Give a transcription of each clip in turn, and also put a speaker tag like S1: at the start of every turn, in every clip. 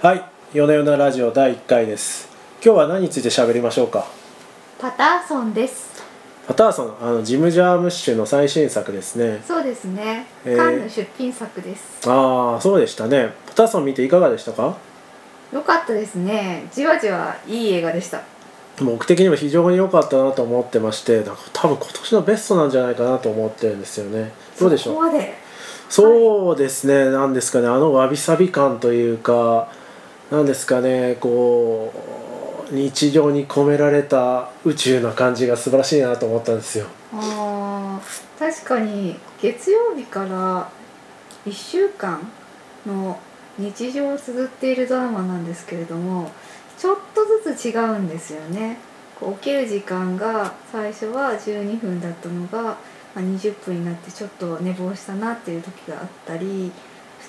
S1: はい、よなよなラジオ第1回です。今日は何について喋りましょうか。
S2: パターソンです
S1: パターソン、あのジム・ジャームッシュの最新作ですね。
S2: そうですね、
S1: えー
S2: カンヌ出品作です
S1: ああ、そうでしたね。パターソン見ていかがでしたか。
S2: 良かったですねじわじわいい映画でした
S1: 僕的にも非常に良かったなと思ってまして、なんか多分今年のベストなんじゃないかなと思ってるんですよね。どうでしょう
S2: そ。こまで
S1: そうですね、なんですかね、あのわびさび感というか、なんですかね、こう、日常に込められた宇宙な感じが素晴らしいなと思ったんですよ。
S2: あー確かに月曜日から1週間の日常を綴っているドラマなんですけれどもちょっとずつ違うんですよねこう起きる時間が最初は12分だったのがまあ20分になってちょっと寝坊したなっていう時があったり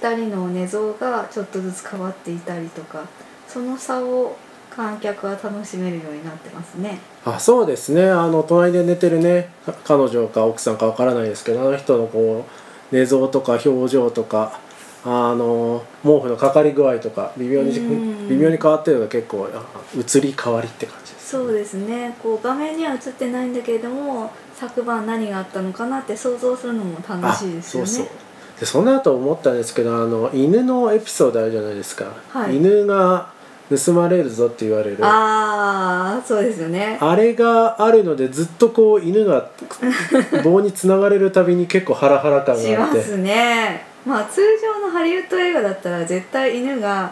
S2: 2人の寝相がちょっとずつ変わっていたりとかその差を観客は楽しめるようになってますね。
S1: あそうですねあの隣で寝てるねか彼女か奥さんかわからないですけどあの人のこう寝相とか表情とかあの毛布のかかり具合とか微妙に
S2: うん
S1: 微妙に変わってるのが結構あ移り変わりって感じです
S2: そうですねこう画面には映ってないんだけれども昨晩何があったのかなって想像するのも楽しいですよね
S1: あそうそうでその後思ったんですけどあの犬のエピソードあるじゃないですか、
S2: はい
S1: 犬が盗まれるぞって言われる
S2: あーそうですよね
S1: あれがあるのでずっとこう犬 が棒につながれるたびに結構ハラハラ感
S2: し
S1: があっ
S2: ま
S1: て
S2: すねまあ通常のハリウッド映画だったら絶対犬が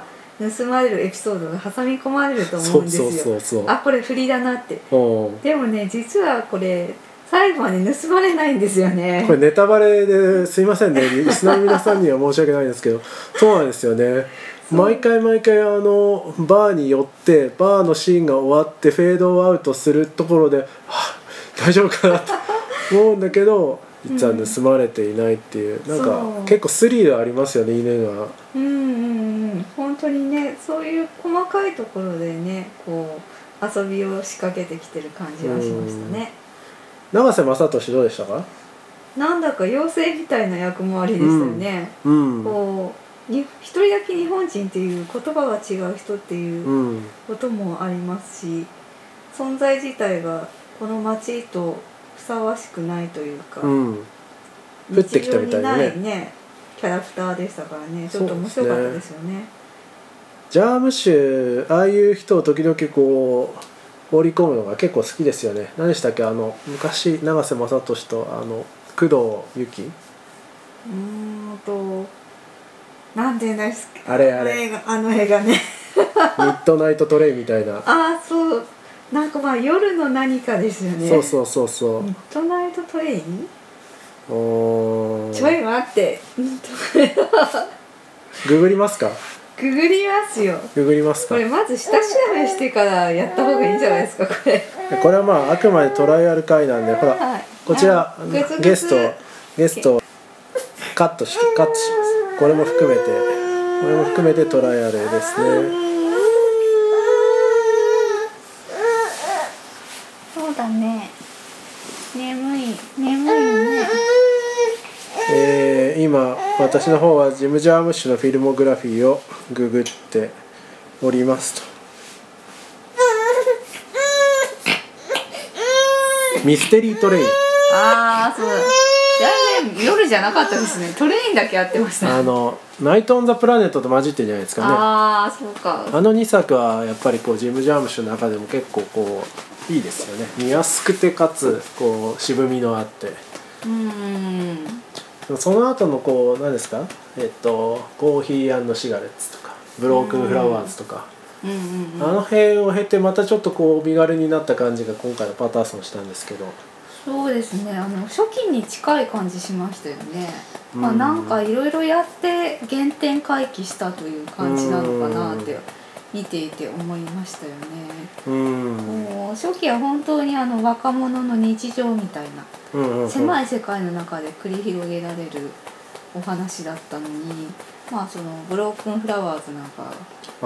S2: 盗まれるエピソードが挟み込まれると思
S1: そ
S2: うん
S1: う
S2: ですよ
S1: そうそうそう
S2: あこれ振りだなって
S1: うん
S2: でもね実はこれ最後まで盗まれないんですよね
S1: これネタバレですいませ んねリスナーの皆さんには申し訳ないんですけどそうなんですよね
S2: そう
S1: 毎回毎回あのバーに寄ってバーのシーンが終わってフェードアウトするところで、はぁ大丈夫かな って思うんだけど実は盗まれていないっていう、
S2: うん
S1: なん
S2: そう
S1: か結構スリルありますよね犬が。
S2: うんうんうん本当にねそういう細かいところでねこう遊びを仕掛けてきてる感じはしましたね
S1: 永瀬正敏どうでしたか、
S2: なんだか妖精みたいな役回りでしたよね、
S1: うん
S2: こうに一人だけ日本人っていう言葉が違う人っていううんこともありますし存在自体がこの街とふさわしくないというか、
S1: うん降って
S2: 日
S1: きた
S2: 常
S1: み
S2: に
S1: たいなね
S2: ないねキャラクターでしたからねちょっと面白かったですよね
S1: ジャームッシュああいう人を時々こう放り込むのが結構好きですよね何でしたっけあの昔永瀬正敏とあの工藤由紀
S2: うーんとなんて言うんですか
S1: あれあれ
S2: 映画あの映画ね
S1: ミッドナイトトレインみたいな、
S2: ああそうなんかまあ夜の何かですよね
S1: そうそうそうそう
S2: ミッドナイトトレイン、
S1: うーん
S2: ちょい待って
S1: ググりますか
S2: ググりますよ
S1: ググります
S2: こ
S1: か
S2: れまず下調べしてからやった方がいいんじゃないですかこれ
S1: これはまああくまでトライアル回なんでほら
S2: はい
S1: こちら
S2: あグツグツ
S1: ゲストゲストをカットしカットしますこれも含めてこれも含めてトライアルですね
S2: そうだね眠い眠いね
S1: えー今私の方はジム・ジャームッシュのフィルモグラフィーをググっておりますとミステリートレイン
S2: ああそう全然夜じゃなかったですねトレインだけやってました
S1: あのナイト・オン・ザ・プラネットと混じってるじゃないですかね
S2: ああそうか
S1: あの2作はやっぱりこうジム・ジャームッシュの中でも結構こういいですよね見やすくてかつこう渋みのあって
S2: うーん
S1: その後のこう何ですかえっとコーヒーシガレッツとかブロークン・フラワーズとか、
S2: うんうんうん
S1: あの辺を経てまたちょっとこう身軽になった感じが今回のパターソンしたんですけど
S2: そうですねあの初期に近い感じしましたよね、まあ
S1: うん
S2: なんかいろいろやって原点回帰したという感じなのかなって見ていて思いましたよね
S1: うーん
S2: もう初期は本当にあの若者の日常みたいな
S1: うんうんうん
S2: 狭
S1: い
S2: い世界の中で繰り広げられるお話だったのにまあそのブロークンフラワーズなんか、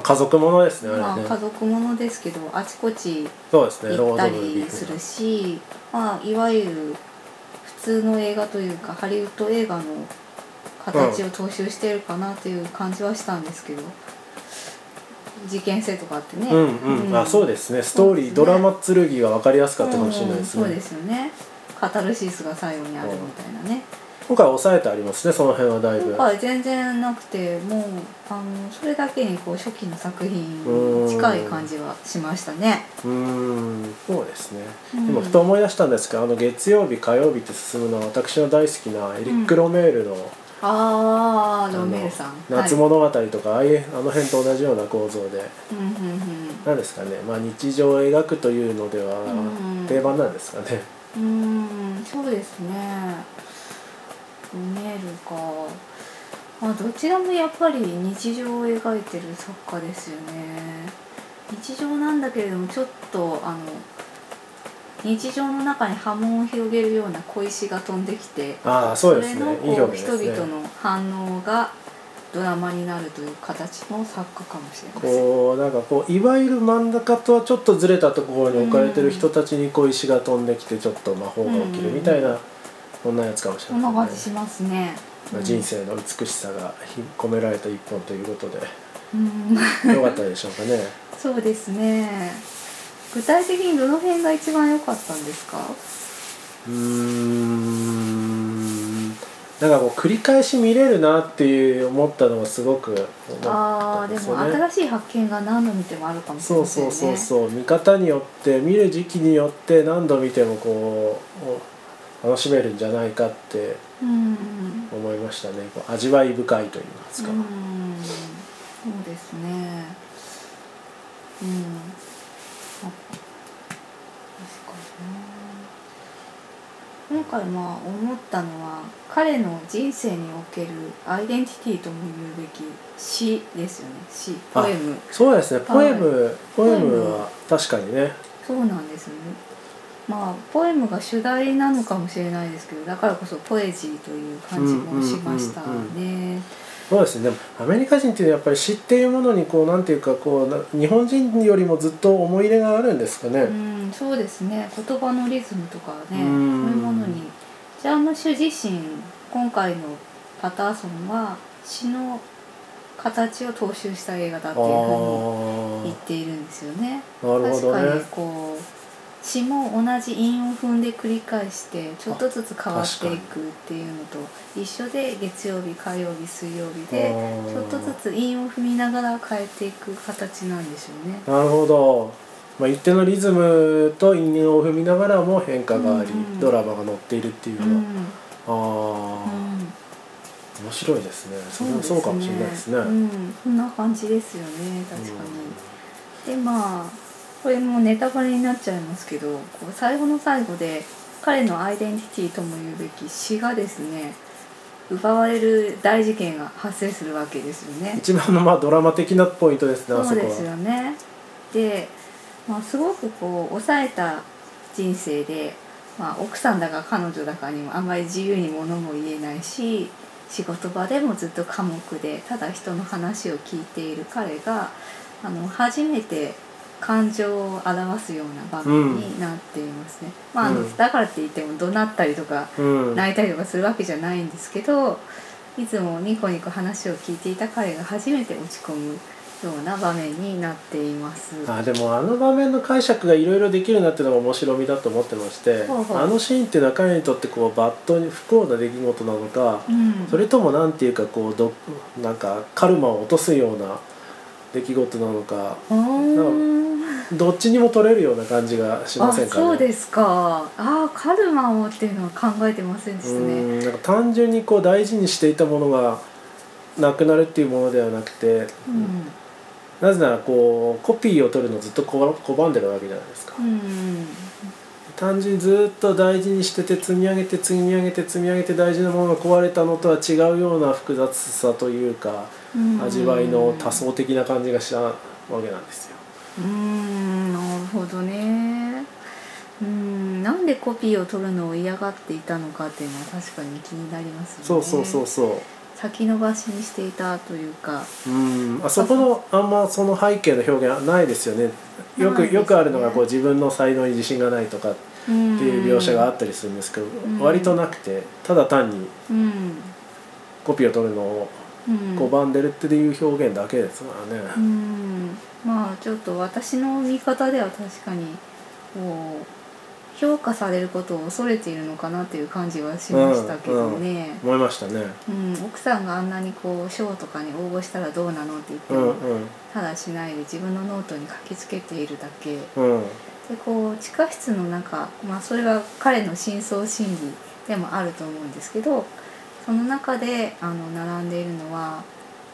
S1: 家族ものですねあれ
S2: ま
S1: は
S2: あ
S1: ね、
S2: 家族ものですけどあちこち
S1: そうですね
S2: 行った
S1: ム
S2: りするし、まあ、いわゆる普通の映画というかハリウッド映画の形を踏襲してるかなという感じはしたんですけど、事件性とかあってね
S1: うんうん、あそうですねストーリー、
S2: そうですね
S1: ドラマ剣が分かりやすかったかもしれないですね、
S2: うんそうですよねカタルシスが最後にあるみたいなね
S1: 今回抑えてありますねその辺はだいぶ
S2: 今回全然なくてもうあのそれだけにこう初期の作品に近い感じはしましたね
S1: うーんそうですね、
S2: うん
S1: でもふと思い出したんですけどあの月曜日火曜日って進むのは私の大好きなエリック・ロメールの,、
S2: あ
S1: あ
S2: あ
S1: の
S2: ロメールさん
S1: 夏物語」とか、ああいうあの辺と同じような構造で
S2: はい、うんうん
S1: 何ですかね、まあ、日常を描くというので
S2: うん
S1: は定番なんですかね、
S2: うんうーんそうですねロメールかまあどちらもやっぱり日常を描いてる作家ですよね日常なんだけれどもちょっとあの日常の中に波紋を広げるような小石が飛んできて
S1: ああそうですねいい
S2: れのこ
S1: 表
S2: う
S1: 現で
S2: 人
S1: すね
S2: 々の反応がドラマになるという形の作家かもしれません。
S1: こうなんかこういわゆる真ん中とはちょっとずれたところに置かれてる人たちにこう石が飛んできてちょっと魔法が起きるみたいな、そんなやつかもし
S2: そ
S1: れ
S2: ん
S1: な
S2: ない感
S1: で
S2: じ
S1: す
S2: し
S1: ね。
S2: ますね。
S1: まあ人生の美しさが込められた一本ということで
S2: うん。
S1: よかったでしょうかね。
S2: そうですね。具体的にどの辺が一番良かったんですか？
S1: うーんなんかこう繰り返し見れるなっていう思ったのがすごく思っ
S2: あ
S1: た
S2: あ
S1: ん
S2: ー、で
S1: です
S2: も
S1: よね。
S2: 新しい発見が何度見てもあるかもしれ
S1: そ
S2: ま
S1: う
S2: せ
S1: そう
S2: んね。
S1: そうそう見方によって見る時期によって何度見てもこうお楽しめるんじゃないかって
S2: うん。
S1: 思いましたねこう味わい深いと言いますか、
S2: うんそうですね。うん。あ確かにな今回まあ思ったのは彼の人生におけるアイデンティティとも言うべき詩ですよね詩
S1: あ
S2: ポエム
S1: そうですねポエム、ポエ
S2: ポエ
S1: ム
S2: ム
S1: は確かにね
S2: そうなんですねまあポエムが主題なのかもしれないですけどだからこそポエジーという感じもしました
S1: うんうんうん
S2: ね。
S1: そうですねでもアメリカ人っていうのはやっぱり詩っていうものにこうなんていうかこうな日本人よりもずっと思い入れがあるんですかね、
S2: うん、そうですね言葉のリズムとかねそうういうんものにジャームシュ自身今回のパターソンは詩の形を踏襲した映画だっていうふうに言っているんですよね。
S1: ああなるほ
S2: 確
S1: ど
S2: かに
S1: ね
S2: こう詩も同じ韻を踏んで繰り返してちょっとずつ変わっていくっていうのと一緒で月曜日火曜日水曜日で
S1: あー
S2: ちょっとずつ韻を踏みながら変えていく形なんでしょうね。
S1: なるほど、まあ、一定のリズムと因縁を踏みながらも変化があり、
S2: うんうん
S1: ドラマが載っているっていう
S2: う
S1: のは、
S2: ん
S1: ああ、
S2: うん
S1: 面白いですねそれもそうかもしれないですね。
S2: うん、そんな感じですよね、確かに。で、まあ、これもネタバレになっちゃいますけど、こう最後の最後で。彼のアイデンティティとも言うべき詩がですね。奪われる大事件が発生するわけですよね。
S1: 一番のまあドラマ的なポイントですねあ
S2: そ
S1: そうこ
S2: です
S1: は。
S2: よねで、まあ、すごくこう抑えた人生で、まあ、奥さんだか彼女だかにもあんまり自由に物も言えないし仕事場でもずっと寡黙でただ人の話を聞いている彼があの初めて感情を表すような場面になっていますね、まああの
S1: うん
S2: だからって言っても怒鳴ったりとか
S1: うん、
S2: 泣いたりとかするわけじゃないんですけどいつもニコニコ話を聞いていた彼が初めて落ち込むような場面になっています。
S1: あでもあの場面の解釈がいろいろできるなっていうのが面白みだと思ってまして
S2: ほうほう
S1: あのシーンっていうのは彼にとってこうバッドに不幸な出来事なのか、
S2: うん
S1: それともなんていうかこうどなんかカルマを落とすような出来事なのか
S2: うーん
S1: どっちにも取れるような感じがしま
S2: あ
S1: せんかね。
S2: そうですかあーカルマをっていうのは考えてませんでした
S1: う
S2: ね。
S1: んなんか単純にこう大事にしていたものがなくなるっていうものではなくて、
S2: うん
S1: なぜならこうコピーを取るのずっとこ拒んでるわけじゃないですか。
S2: うん
S1: 単純にずっと大事にしてて積み上げて積み上げて積み上げて大事なものが壊れたのとは違うような複雑さというか
S2: うん
S1: 味わいの多層的な感じがしたわけなんですよ。
S2: うーんなるほどねうーんなんでコピーを取るのを嫌がっていたのかっていうのは確かに気になりますよね
S1: そうそうそうそう。
S2: 先延ばしにしていたというか
S1: うん、あそこのあんまその背景の表現はないですよねよく
S2: ないですね
S1: よくあるのがこう自分の才能に自信がないとかっ
S2: って
S1: ていう描写があ
S2: て、
S1: ったりするんですけど、
S2: ん
S1: 割となくてただ単に
S2: うん
S1: コピーを取るのを
S2: うん
S1: 拒んでるっていう表現だけですから
S2: う
S1: ね、
S2: んまあちょっと私の見方では確かにこう評価されることを恐れているのかなという感じはしましたけどね、
S1: 思いましたね
S2: うん奥さんがあんなにこう賞とかに応募したらどうなのって言って
S1: う
S2: も、
S1: んうん
S2: ただしないで自分のノートに書きつけているだけで
S1: うん
S2: こう地下室の中、まあ、それは彼の深層心理でもあると思うんですけどその中であの並んでいるのは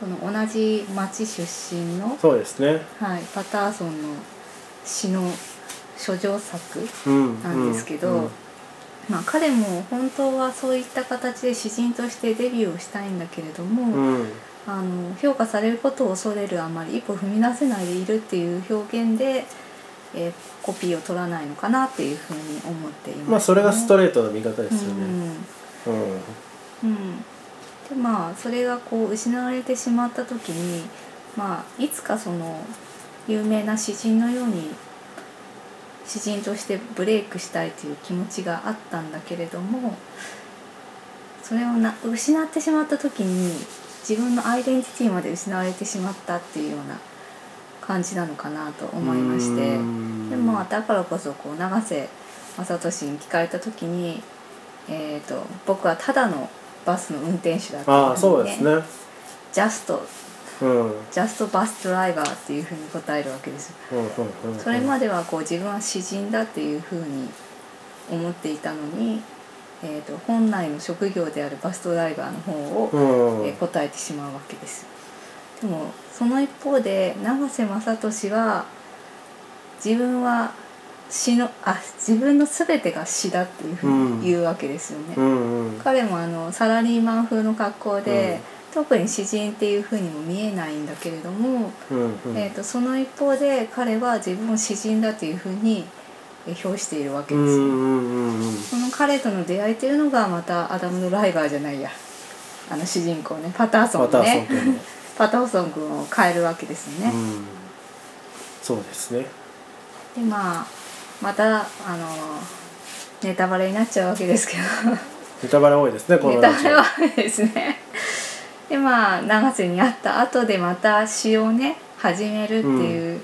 S2: その同じ町出身の
S1: そうですね
S2: はい、パターソンの詩の書状作
S1: うん
S2: なんですけど、
S1: うん
S2: まあ、彼も本当はそういった形で詩人としてデビューをしたいんだけれど
S1: う
S2: も、
S1: んうん
S2: あの評価されることを恐れるあまり一歩踏み出せないでいるっていう表現で、えーコピーを取らないのかなっていうふうに思っています、
S1: まあそれがストレートの見方で
S2: です
S1: よねうん
S2: うん、でまあそれがこう失われてしまった時に、まあ、いつかその有名な詩人のように詩人としてブレイクしたいという気持ちがあったんだけれどもそれをな失ってしまった時に自分のアイデンティティまで失われてしまったっていうような感じなのかなと思いまして。でもまあだからこそこう永瀬正敏に聞かれた時に、えーと「僕はただのバスの運転手だ」って
S1: ああそうですね
S2: 「ジャスト
S1: うんうん
S2: ジャストバスドライバー」っていうふうに答えるわけですよ
S1: うんうん
S2: それまではこう自分は詩人だっていうふうに思っていたのに、えー、と本来の職業であるバスドライバーの方を
S1: うん
S2: えー答えてしまうわけですでもその一方で永瀬正敏は自分は詩のあ自分の全てが詩だっていうふうに言うわけですよね、
S1: うんうん
S2: 彼もあのサラリーマン風の格好で、特に詩人っていうふうにも見えないんだけれども、
S1: うんうん
S2: えー、とその一方で彼は自分を詩人だというふうにえー表しているわけ
S1: う
S2: で
S1: ん
S2: すよ、
S1: うんうんうん
S2: その彼との出会いというのがまたアダム・ドライバーじゃないやあの主人公ねパターソ
S1: ま
S2: ンの
S1: たそ
S2: ね
S1: の時の
S2: パターソン君を変えるわけですよ
S1: う
S2: ね。
S1: んそうですね
S2: でまあまたあのネタバレになっちゃうわけですけ
S1: ネタバレ多いですねこ
S2: ど
S1: の
S2: ネ
S1: ラ
S2: タ
S1: ジ
S2: バレ
S1: オ
S2: はですね。でまあ永瀬に会った後でまた詩をね始めるっていうう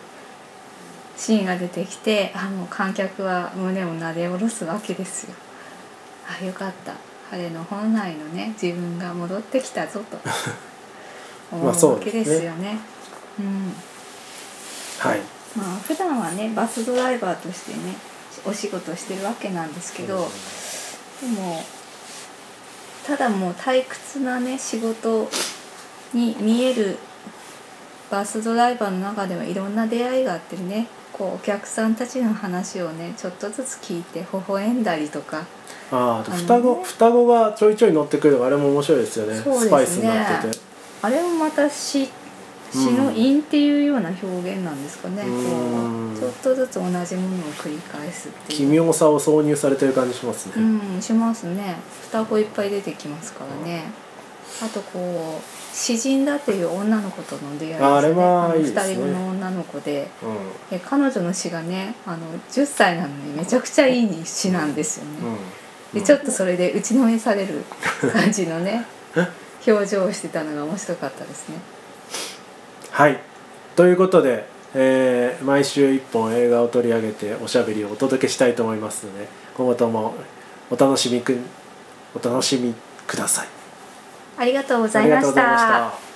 S2: シーンが出てきて、あもう観客は胸をなで下ろすわけですよ。あよかった彼の本来のね自分が戻ってきたぞと 思
S1: まあそうう
S2: わけで
S1: ですすね
S2: よね。うん
S1: はい
S2: まあ普段はねバスドライバーとしてねお仕事してるわけなんですけど、でもただもう退屈なね仕事に見えるバスドライバーの中ではいろんな出会いがあってねこうお客さんたちの話をねちょっとずつ聞いて微笑んだりとか、
S1: あーあと
S2: あのね
S1: 双子双子がちょいちょい乗ってくるのがあれも面白いですよね
S2: そうですね
S1: スパイスになってて
S2: あれもまた詩詩の韻っていうような表現なんですかね、
S1: うん
S2: こうちょっとずつ同じものを繰り返すっていう
S1: 奇妙さを挿入されてる感じします
S2: う
S1: ね
S2: ん、しますね双子いっぱい出てきますからねあとこう詩人だっていう女の子との出会いですね
S1: ああれは
S2: あの
S1: いいですね
S2: 二人組の女の子で
S1: うん
S2: え彼女の詩がねあの10歳なのにめちゃくちゃいい詩なんですよね、
S1: うん
S2: でちょっとそれで打ちのめされる感じのね表情をしてたのが面白かったですね
S1: はいということで、えー毎週1本映画を取り上げておしゃべりをお届けしたいと思いますので今後ともお楽しみくお楽しみください
S2: ありがとうご
S1: あ
S2: ざい
S1: りが
S2: ま
S1: とう
S2: し
S1: ございましたた